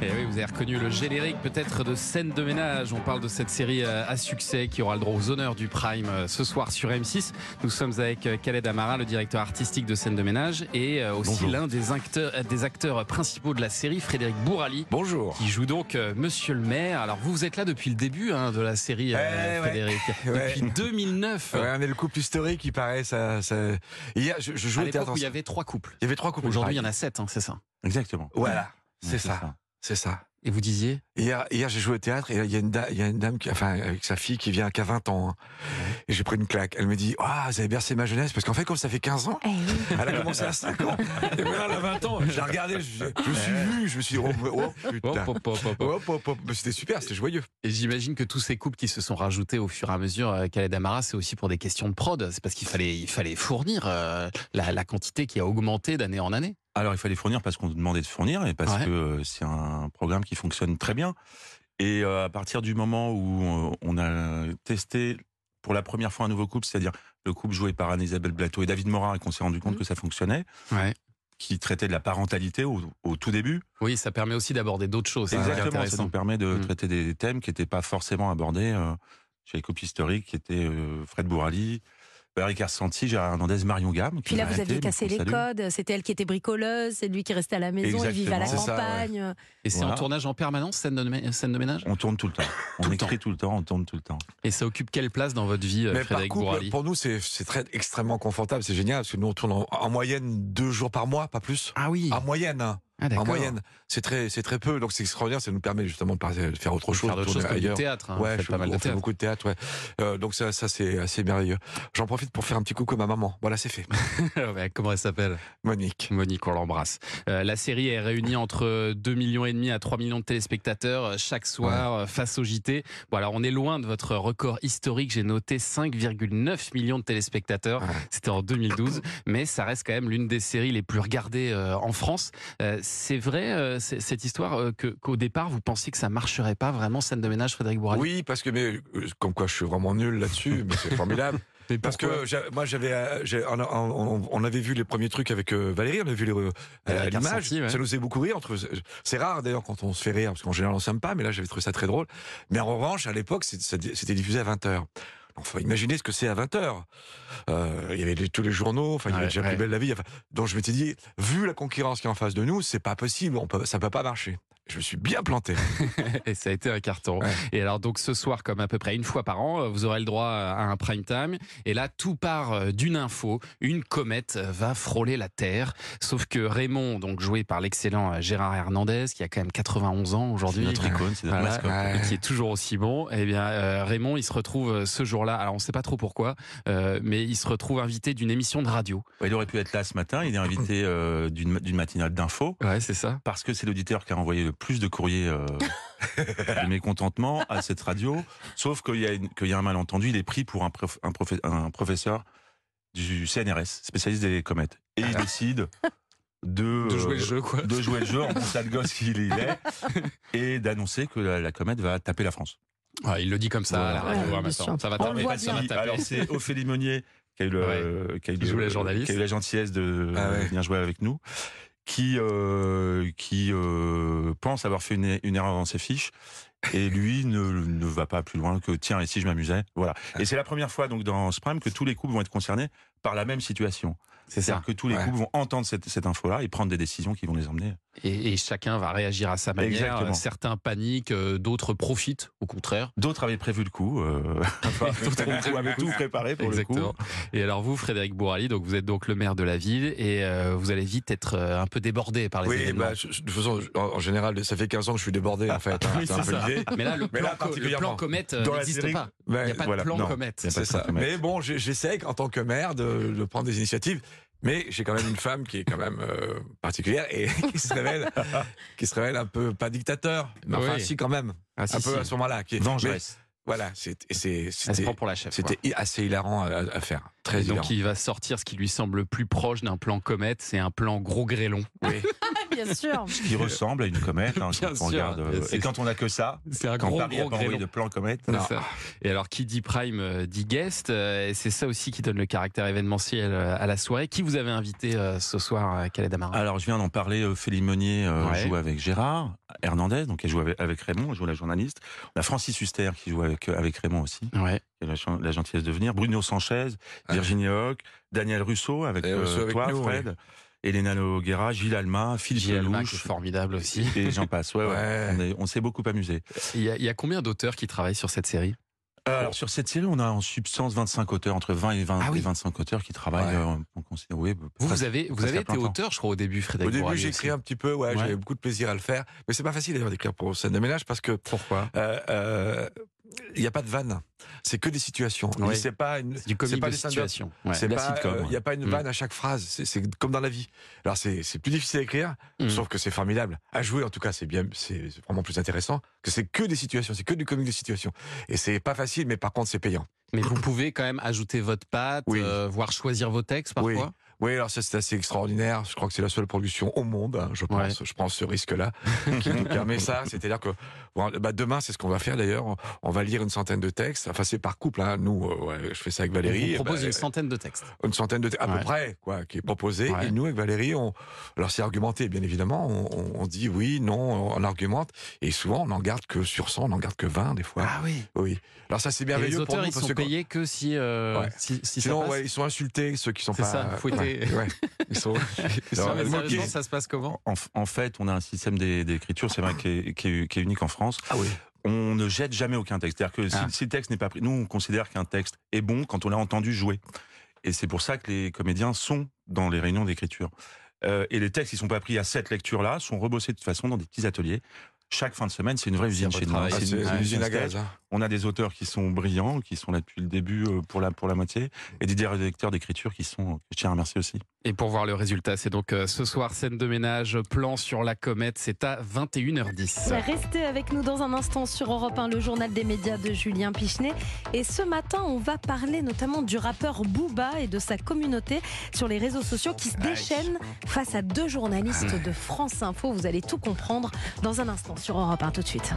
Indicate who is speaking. Speaker 1: Et Eh oui, vous avez reconnu le générique peut-être de scène de ménage. On parle de cette série euh, à succès qui aura le droit aux honneurs du Prime euh, ce soir sur M6. Nous sommes avec euh, Khaled Amara, le directeur artistique de scène de ménage, et euh, aussi
Speaker 2: Bonjour.
Speaker 1: l'un des acteurs, euh, des acteurs principaux de la série, Frédéric Bourali,
Speaker 2: Bonjour.
Speaker 1: qui joue donc euh, Monsieur le Maire. Alors vous, vous êtes là depuis le début hein, de la série, euh,
Speaker 2: Eh ouais.
Speaker 1: Frédéric,
Speaker 2: Ouais.
Speaker 1: depuis 2009.
Speaker 2: Ouais, on est le couple historique, il paraît. Ça, ça- Hier, je, je jouais
Speaker 1: À
Speaker 2: au théâtre.
Speaker 1: l'époque où il y
Speaker 2: en-
Speaker 1: avait trois couples.
Speaker 2: il y avait trois couples.
Speaker 1: Aujourd'hui, il y
Speaker 2: pareil.
Speaker 1: en a sept, hein, c'est ça.
Speaker 3: Exactement.
Speaker 2: Voilà,
Speaker 3: Ouais,
Speaker 2: c'est ça, c'est ça.
Speaker 1: Et vous disiez
Speaker 2: Hier, hier j'ai joué au théâtre et il y a une, da- il y a une dame, qui- enfin, avec sa fille qui vient qu'à 20 ans. hein. Et j'ai pris une claque. Elle me dit Ah, vous avez bercé ma jeunesse. Parce qu'en fait, comme ça fait 15 ans,
Speaker 4: Eh oui.
Speaker 2: elle a commencé à 5 ans. Et maintenant, elle a 20 Ah, ans. Je la regardais, je, je me suis vu, je me suis dit Oh, oh, putain.
Speaker 1: Hop, hop, hop, hop, hop.
Speaker 2: Hop, hop, hop. Mais C'était super, c'était joyeux.
Speaker 1: Et j'imagine que tous ces couples qui se sont rajoutés au fur et à mesure, euh, Khaled Amara, c'est aussi pour des questions de prod. C'est parce qu'il fallait, il fallait fournir euh, la, la quantité qui a augmenté d'année en année.
Speaker 3: Alors, il fallait fournir parce qu'on nous demandait de fournir et parce
Speaker 1: Ouais.
Speaker 3: que euh, c'est un programme qui fonctionne très bien. Et euh, à partir du moment où euh, on a testé pour la première fois un nouveau couple, c'est-à-dire le couple joué par Anne-Isabelle Blateau et David Morin, et qu'on s'est rendu compte
Speaker 4: Mhm.
Speaker 3: que ça fonctionnait,
Speaker 1: Ouais.
Speaker 3: qui traitait de la parentalité au, au tout début.
Speaker 1: Oui, ça permet aussi d'aborder d'autres choses. hein, C'est
Speaker 3: Exactement, ça nous
Speaker 1: intéressant.
Speaker 3: permet de
Speaker 1: Mhm.
Speaker 3: traiter des thèmes qui n'étaient pas forcément abordés euh, chez les couples historiques, qui étaient euh, Fred Bourali, Eric Arsanti, Gérard Hernandez, Marion Gamme. qui
Speaker 4: Puis là,
Speaker 3: nous a
Speaker 4: vous aviez
Speaker 3: arrêtés,
Speaker 4: cassé
Speaker 3: donc on
Speaker 4: les
Speaker 3: salue.
Speaker 4: codes. C'était elle qui était bricoleuse, c'est lui qui restait à la maison, il vivait à la
Speaker 3: Exactement.
Speaker 2: C'est ça, ouais.
Speaker 4: campagne.
Speaker 1: Et c'est en
Speaker 3: Voilà.
Speaker 1: tournage en permanence, scène de, mé- scène de ménage
Speaker 3: On tourne tout le temps. On
Speaker 1: Tout le
Speaker 3: écrit tout le temps, on tourne tout le temps.
Speaker 1: Et ça occupe quelle place dans votre vie, euh,
Speaker 2: Mais par
Speaker 1: Frédéric
Speaker 2: couple,
Speaker 1: Bourali
Speaker 2: pour nous, c'est c'est très extrêmement confortable, c'est génial, parce que nous, on tourne en, en moyenne deux jours par mois, pas plus.
Speaker 1: Ah oui,
Speaker 2: En moyenne, hein.
Speaker 1: Ah,
Speaker 2: en
Speaker 1: d'accord.
Speaker 2: moyenne. C'est très, c'est très peu, donc c'est extraordinaire, ça nous permet justement de, par- de faire autre chose,
Speaker 1: Faire d'autres
Speaker 2: tourner
Speaker 1: choses comme du
Speaker 2: ailleurs.
Speaker 1: théâtre. hein.
Speaker 2: Ouais,
Speaker 1: Vous faites
Speaker 2: je-
Speaker 1: pas mal
Speaker 2: on
Speaker 1: de
Speaker 2: fait
Speaker 1: théâtre.
Speaker 2: beaucoup de théâtre, ouais. Euh, donc ça, ça c'est assez merveilleux. J'en profite pour faire un petit coucou à ma maman. Voilà, c'est fait.
Speaker 1: Ouais, Comment elle s'appelle
Speaker 2: Monique.
Speaker 1: Monique, on l'embrasse. Euh, la série est réunie entre 2 millions et demi à 3 millions de téléspectateurs euh, chaque soir euh, face au JT. Bon alors on est loin de votre record historique, j'ai noté 5,9 millions de téléspectateurs,
Speaker 2: Ouais.
Speaker 1: c'était en 2012, mais ça reste quand même l'une des séries les plus regardées euh, en France. Euh, c'est vrai euh, c'est- cette histoire euh, que qu'au départ vous pensiez que ça marcherait pas vraiment scène de ménage Frédéric Bourali
Speaker 2: Oui, parce que, mais, euh, comme quoi je suis vraiment nul là-dessus, mais c'est formidable.
Speaker 1: Mais
Speaker 2: Parce
Speaker 1: pourquoi
Speaker 2: que j'a- moi j'avais, euh, j'ai- on, on- on avait vu les premiers trucs avec euh, Valérie, on avait vu les, euh,
Speaker 1: Valérie
Speaker 2: l'image,
Speaker 1: Carcenti, ouais.
Speaker 2: ça nous faisait beaucoup rire. Entre, c'est rare d'ailleurs quand on se fait rire, parce qu'en général on s'aime pas, mais là j'avais trouvé ça très drôle. Mais en revanche, à l'époque, c'est- ça- c'était diffusé à 20h. Enfin, imaginez ce que c'est à 20h. il y avait les- tous les journaux, enfin, il y avait
Speaker 1: Ouais,
Speaker 2: déjà
Speaker 1: ouais.
Speaker 2: plus belle la vie. Enfin, donc je m'étais dit, vu la concurrence qui est en face de nous, c'est pas possible, on peut, ça peut pas marcher. Je me suis bien planté.
Speaker 1: Et ça a été un carton.
Speaker 2: Ouais.
Speaker 1: Et alors donc ce soir, comme à peu près une fois par an, euh, vous aurez le droit à un prime time. Et là, tout part euh, d'une info. Une comète euh, va frôler la Terre. Sauf que Raymond, donc joué par l'excellent euh, Gérard Hernandez, qui a quand même 91 ans
Speaker 3: C'est
Speaker 1: aujourd'hui, euh,
Speaker 3: notre icône, c'est notre
Speaker 1: Voilà.
Speaker 3: mascotte.
Speaker 1: et qui est toujours aussi bon, eh bien euh, Raymond, il se retrouve euh, ce jour-là. Alors on ne sait pas trop pourquoi, euh, mais il se retrouve invité d'une émission de radio.
Speaker 3: Il aurait pu être là ce matin, il est invité euh, d'une d'une matinale d'info,
Speaker 1: Ouais, c'est ça.
Speaker 3: parce que c'est l'auditeur qui a envoyé le plus de courriers euh, de mécontentement à cette radio, sauf qu'il y, a une- qu'il y a un malentendu, il est pris pour un, prof- un profe- un professeur du CNRS, spécialiste des comètes. Et il décide de,
Speaker 1: Ah. De jouer
Speaker 3: euh,
Speaker 1: le jeu, quoi.
Speaker 3: de jouer le jeu, en plus sale gosse qu'il y est, et d'annoncer que la, la comète va taper la France.
Speaker 1: Ouais, il le dit comme ça à la radio,
Speaker 4: Ouais,
Speaker 1: ouais,
Speaker 4: bien
Speaker 1: maintenant.
Speaker 4: sûr.
Speaker 1: Ça va
Speaker 4: On
Speaker 1: taper,
Speaker 4: le voit
Speaker 1: ça va
Speaker 4: bien.
Speaker 1: taper.
Speaker 3: Alors c'est Ophélie Meunier euh, qui a eu, le- qui a eu
Speaker 1: Qui
Speaker 3: le-
Speaker 1: joue la journaliste.
Speaker 3: qui a eu la gentillesse de
Speaker 2: Ah ouais.
Speaker 3: venir jouer avec nous, qui euh, qui euh, pense avoir fait une, une erreur dans ses fiches et lui ne, ne va pas plus loin que tiens et si je m'amusais voilà. Et c'est la première fois donc dans ce prime que tous les couples vont être concernés par la même situation.
Speaker 1: c'est ça.
Speaker 3: C'est-à-dire que tous les
Speaker 2: Ouais.
Speaker 3: couples vont entendre cette, cette info-là et prendre des décisions qui vont les emmener.
Speaker 1: Et, et chacun va réagir à sa manière.
Speaker 3: Exactement.
Speaker 1: Certains paniquent, euh, d'autres profitent, au contraire.
Speaker 3: D'autres avaient prévu le coup, euh, d'autres avaient tout préparé pour le coup.
Speaker 1: Et alors vous, Frédéric Bourali, donc vous êtes donc le maire de la ville et euh, vous allez vite être euh, un peu débordé par les
Speaker 2: Oui,
Speaker 1: événements.
Speaker 2: bah, je- je- de toute façon, je- en en général, ça fait 15 ans que je suis débordé en fait. hein.
Speaker 1: Oui,
Speaker 2: C'est un
Speaker 1: c'est
Speaker 2: peu
Speaker 1: ça.
Speaker 2: l'idée.
Speaker 1: Ah, mais là, le
Speaker 2: Mais
Speaker 1: plan,
Speaker 2: là,
Speaker 1: co- le
Speaker 2: particulièrement,
Speaker 1: plan comète euh,
Speaker 3: dans la
Speaker 1: n'existe
Speaker 3: série,
Speaker 1: pas. Il
Speaker 2: Mais-
Speaker 1: n'y a pas
Speaker 3: voilà,
Speaker 1: de plan
Speaker 3: non.
Speaker 1: comète.
Speaker 3: Il y a pas
Speaker 2: C'est
Speaker 3: de
Speaker 2: ça.
Speaker 3: compromis.
Speaker 2: Mais bon, j'ai- j'essaie en tant que maire de, de prendre des initiatives. Mais j'ai quand même une femme qui est quand même euh, particulière et qui se révèle, qui se révèle un peu pas dictateur, mais enfin
Speaker 1: Oui.
Speaker 2: si quand même,
Speaker 1: Ah, si,
Speaker 2: un peu
Speaker 1: si.
Speaker 2: à ce moment-là. Qui est, mais
Speaker 3: Vengeresse.
Speaker 2: Voilà, c'est- et c'est-
Speaker 1: Elle se
Speaker 2: c'était
Speaker 1: prend pour la chef.
Speaker 2: c'était hi- assez hilarant à, à faire. Très
Speaker 1: Et donc
Speaker 2: hilarant.
Speaker 1: il va sortir ce qui lui semble le plus proche d'un plan comète, c'est un plan gros grêlon.
Speaker 2: Oui.
Speaker 4: Bien sûr.
Speaker 3: qui ressemble à une comète. hein,
Speaker 1: Bien
Speaker 3: quand on
Speaker 1: sûr.
Speaker 3: regarde, euh,
Speaker 1: C'est-
Speaker 3: et quand on a que ça,
Speaker 1: C'est un
Speaker 3: quand
Speaker 1: gros
Speaker 3: Paris a
Speaker 1: gros
Speaker 3: pas envoyé
Speaker 1: grêlon.
Speaker 3: de plan comète,
Speaker 1: C'est
Speaker 2: Non.
Speaker 1: ça. Et alors, qui dit prime euh, dit guest. euh, et c'est ça aussi qui donne le caractère événementiel euh, à la soirée. Qui vous avez invité euh, ce soir, euh, Khaled Amara
Speaker 3: Alors, je viens d'en parler. euh, Félie Meunier euh,
Speaker 1: Ouais.
Speaker 3: joue avec Gérard Hernandez, donc elle joue avec, avec Raymond, elle joue la journaliste. On a Francis Huster qui joue avec, euh, avec Raymond aussi,
Speaker 1: Ouais.
Speaker 3: qui a la, chan- la gentillesse de venir. Bruno Sanchez,
Speaker 2: Ah.
Speaker 3: Virginie Hoc, Daniel Russo avec,
Speaker 2: Et
Speaker 3: euh,
Speaker 2: Russo avec
Speaker 3: toi,
Speaker 2: nous,
Speaker 3: Fred, Elena Noguera, Gilles Alma, Phil
Speaker 1: Gilles Alma, qui est
Speaker 3: Gelouche.
Speaker 1: formidable aussi.
Speaker 3: Et j'en passe, ouais, ouais.
Speaker 2: Ouais.
Speaker 3: On est- On s'est beaucoup amusé.
Speaker 1: Il y a, il y a combien d'auteurs qui travaillent sur cette série
Speaker 3: Alors, sur cette série, on a en substance 25 auteurs, entre 20 et, 20
Speaker 1: Ah oui.
Speaker 3: et 25 auteurs qui travaillent,
Speaker 2: Ouais.
Speaker 3: euh, on considère- oui,
Speaker 1: Vous,
Speaker 3: presque-
Speaker 1: vous avez, vous
Speaker 3: presque
Speaker 1: avez
Speaker 3: à plein
Speaker 1: été
Speaker 3: temps.
Speaker 1: auteur, je crois, au début, Frédéric
Speaker 2: Au début,
Speaker 1: Bourali
Speaker 2: j'écris un petit peu, ouais,
Speaker 1: Ouais.
Speaker 2: j'avais beaucoup de plaisir à le faire. Mais c'est pas facile d'ailleurs d'écrire pour scène de ménage parce que
Speaker 1: aussi. Pourquoi
Speaker 2: euh, euh, il n'y a pas de vanne. C'est que des situations.
Speaker 1: Oui.
Speaker 2: C'est pas une.
Speaker 1: C'est du
Speaker 2: c'est
Speaker 1: comique
Speaker 2: pas
Speaker 1: de
Speaker 2: des stand-up.
Speaker 1: situation. Ouais.
Speaker 2: C'est
Speaker 3: la
Speaker 2: pas,
Speaker 3: sitcom,
Speaker 2: euh, Il
Speaker 3: ouais.
Speaker 2: n'y a pas une
Speaker 1: Mm.
Speaker 2: vanne à chaque phrase. C'est- C'est comme dans la vie. Alors c'est c'est plus difficile à écrire,
Speaker 1: Mm.
Speaker 2: sauf que c'est formidable. À jouer, en tout cas, c'est bien, c'est c'est vraiment plus intéressant que c'est que des situations, c'est que du comique de situation. Et c'est pas facile, mais par contre, c'est payant.
Speaker 1: Mais vous pouvez quand même ajouter votre patte,
Speaker 2: Oui.
Speaker 1: euh, voire choisir vos textes
Speaker 2: Oui.
Speaker 1: parfois.
Speaker 2: Oui, alors ça c'est assez extraordinaire. Je crois que c'est la seule production au monde, hein, je pense. Je prends ce risque-là qui nous permet ça. C'est-à-dire que bon, bah, demain, c'est ce qu'on va faire d'ailleurs. On, on va lire une centaine de textes. Enfin, c'est par couple. Hein. Nous, euh, ouais, je fais ça avec
Speaker 1: on
Speaker 2: Valérie.
Speaker 1: vous propose
Speaker 2: Eh ben,
Speaker 1: une centaine de textes.
Speaker 2: une centaine de te- à
Speaker 1: Ouais.
Speaker 2: peu près quoi qui est proposé
Speaker 1: Ouais.
Speaker 2: et nous avec Valérie on alors c'est argumenté bien évidemment on, on- on dit oui non on argumente et souvent on n'en garde que sur 100 on n'en garde que 20 des fois
Speaker 1: oui.
Speaker 2: oui alors ça
Speaker 1: Ah.
Speaker 2: c'est
Speaker 1: Et
Speaker 2: merveilleux
Speaker 1: les
Speaker 2: pour
Speaker 1: auteurs,
Speaker 2: nous
Speaker 1: ils
Speaker 2: parce
Speaker 1: sont
Speaker 2: que
Speaker 1: payés que si, euh,
Speaker 2: Ouais.
Speaker 1: si, si ça
Speaker 2: sinon
Speaker 1: passe.
Speaker 2: ouais, ils sont insultés ceux qui sont
Speaker 1: C'est
Speaker 2: pas
Speaker 1: ça, fouettés.
Speaker 2: ouais, ouais. ils sont
Speaker 1: Non,
Speaker 2: Alors,
Speaker 1: mais
Speaker 2: moi qui-
Speaker 1: sérieusement, ça se passe comment
Speaker 3: En, en fait, on a un système d'é- d'écriture, c'est vrai, qui est, qui est- qui est unique en France.
Speaker 2: ah oui
Speaker 3: On ne jette jamais aucun texte. C'est-à-dire que si-
Speaker 1: Ah.
Speaker 3: si, le texte n'est pas pris, nous, on considère qu'un texte est bon quand on l'a entendu jouer. Et c'est pour ça que les comédiens sont dans les réunions d'écriture. Euh, et les textes qui sont pas pris à cette lecture-là sont rebossés de toute façon dans des petits ateliers. Chaque fin de semaine, c'est une vraie usine
Speaker 1: votre
Speaker 3: chez nous. hein.
Speaker 1: travail.
Speaker 2: Ah,
Speaker 3: C'est une-
Speaker 2: c'est
Speaker 3: c'est
Speaker 2: une usine à
Speaker 3: sketch.
Speaker 2: gaz hein.
Speaker 3: On a des auteurs qui sont brillants, qui sont là depuis le début euh, pour la, pour la moitié, et des directeurs d'écriture qui sont, euh, je tiens à remercier aussi.
Speaker 1: Et pour voir le résultat, c'est donc euh, ce soir, scène de ménage, plan sur la comète, c'est à 21h10.
Speaker 4: Restez avec nous dans un instant sur Europe 1, le journal des médias de Julien Pichenet. Et ce matin, on va parler notamment du rappeur Booba et de sa communauté sur les réseaux sociaux qui se déchaînent face à
Speaker 3: Ah.
Speaker 4: deux journalistes de France Info. Vous allez tout comprendre dans un instant sur Europe 1 tout de suite.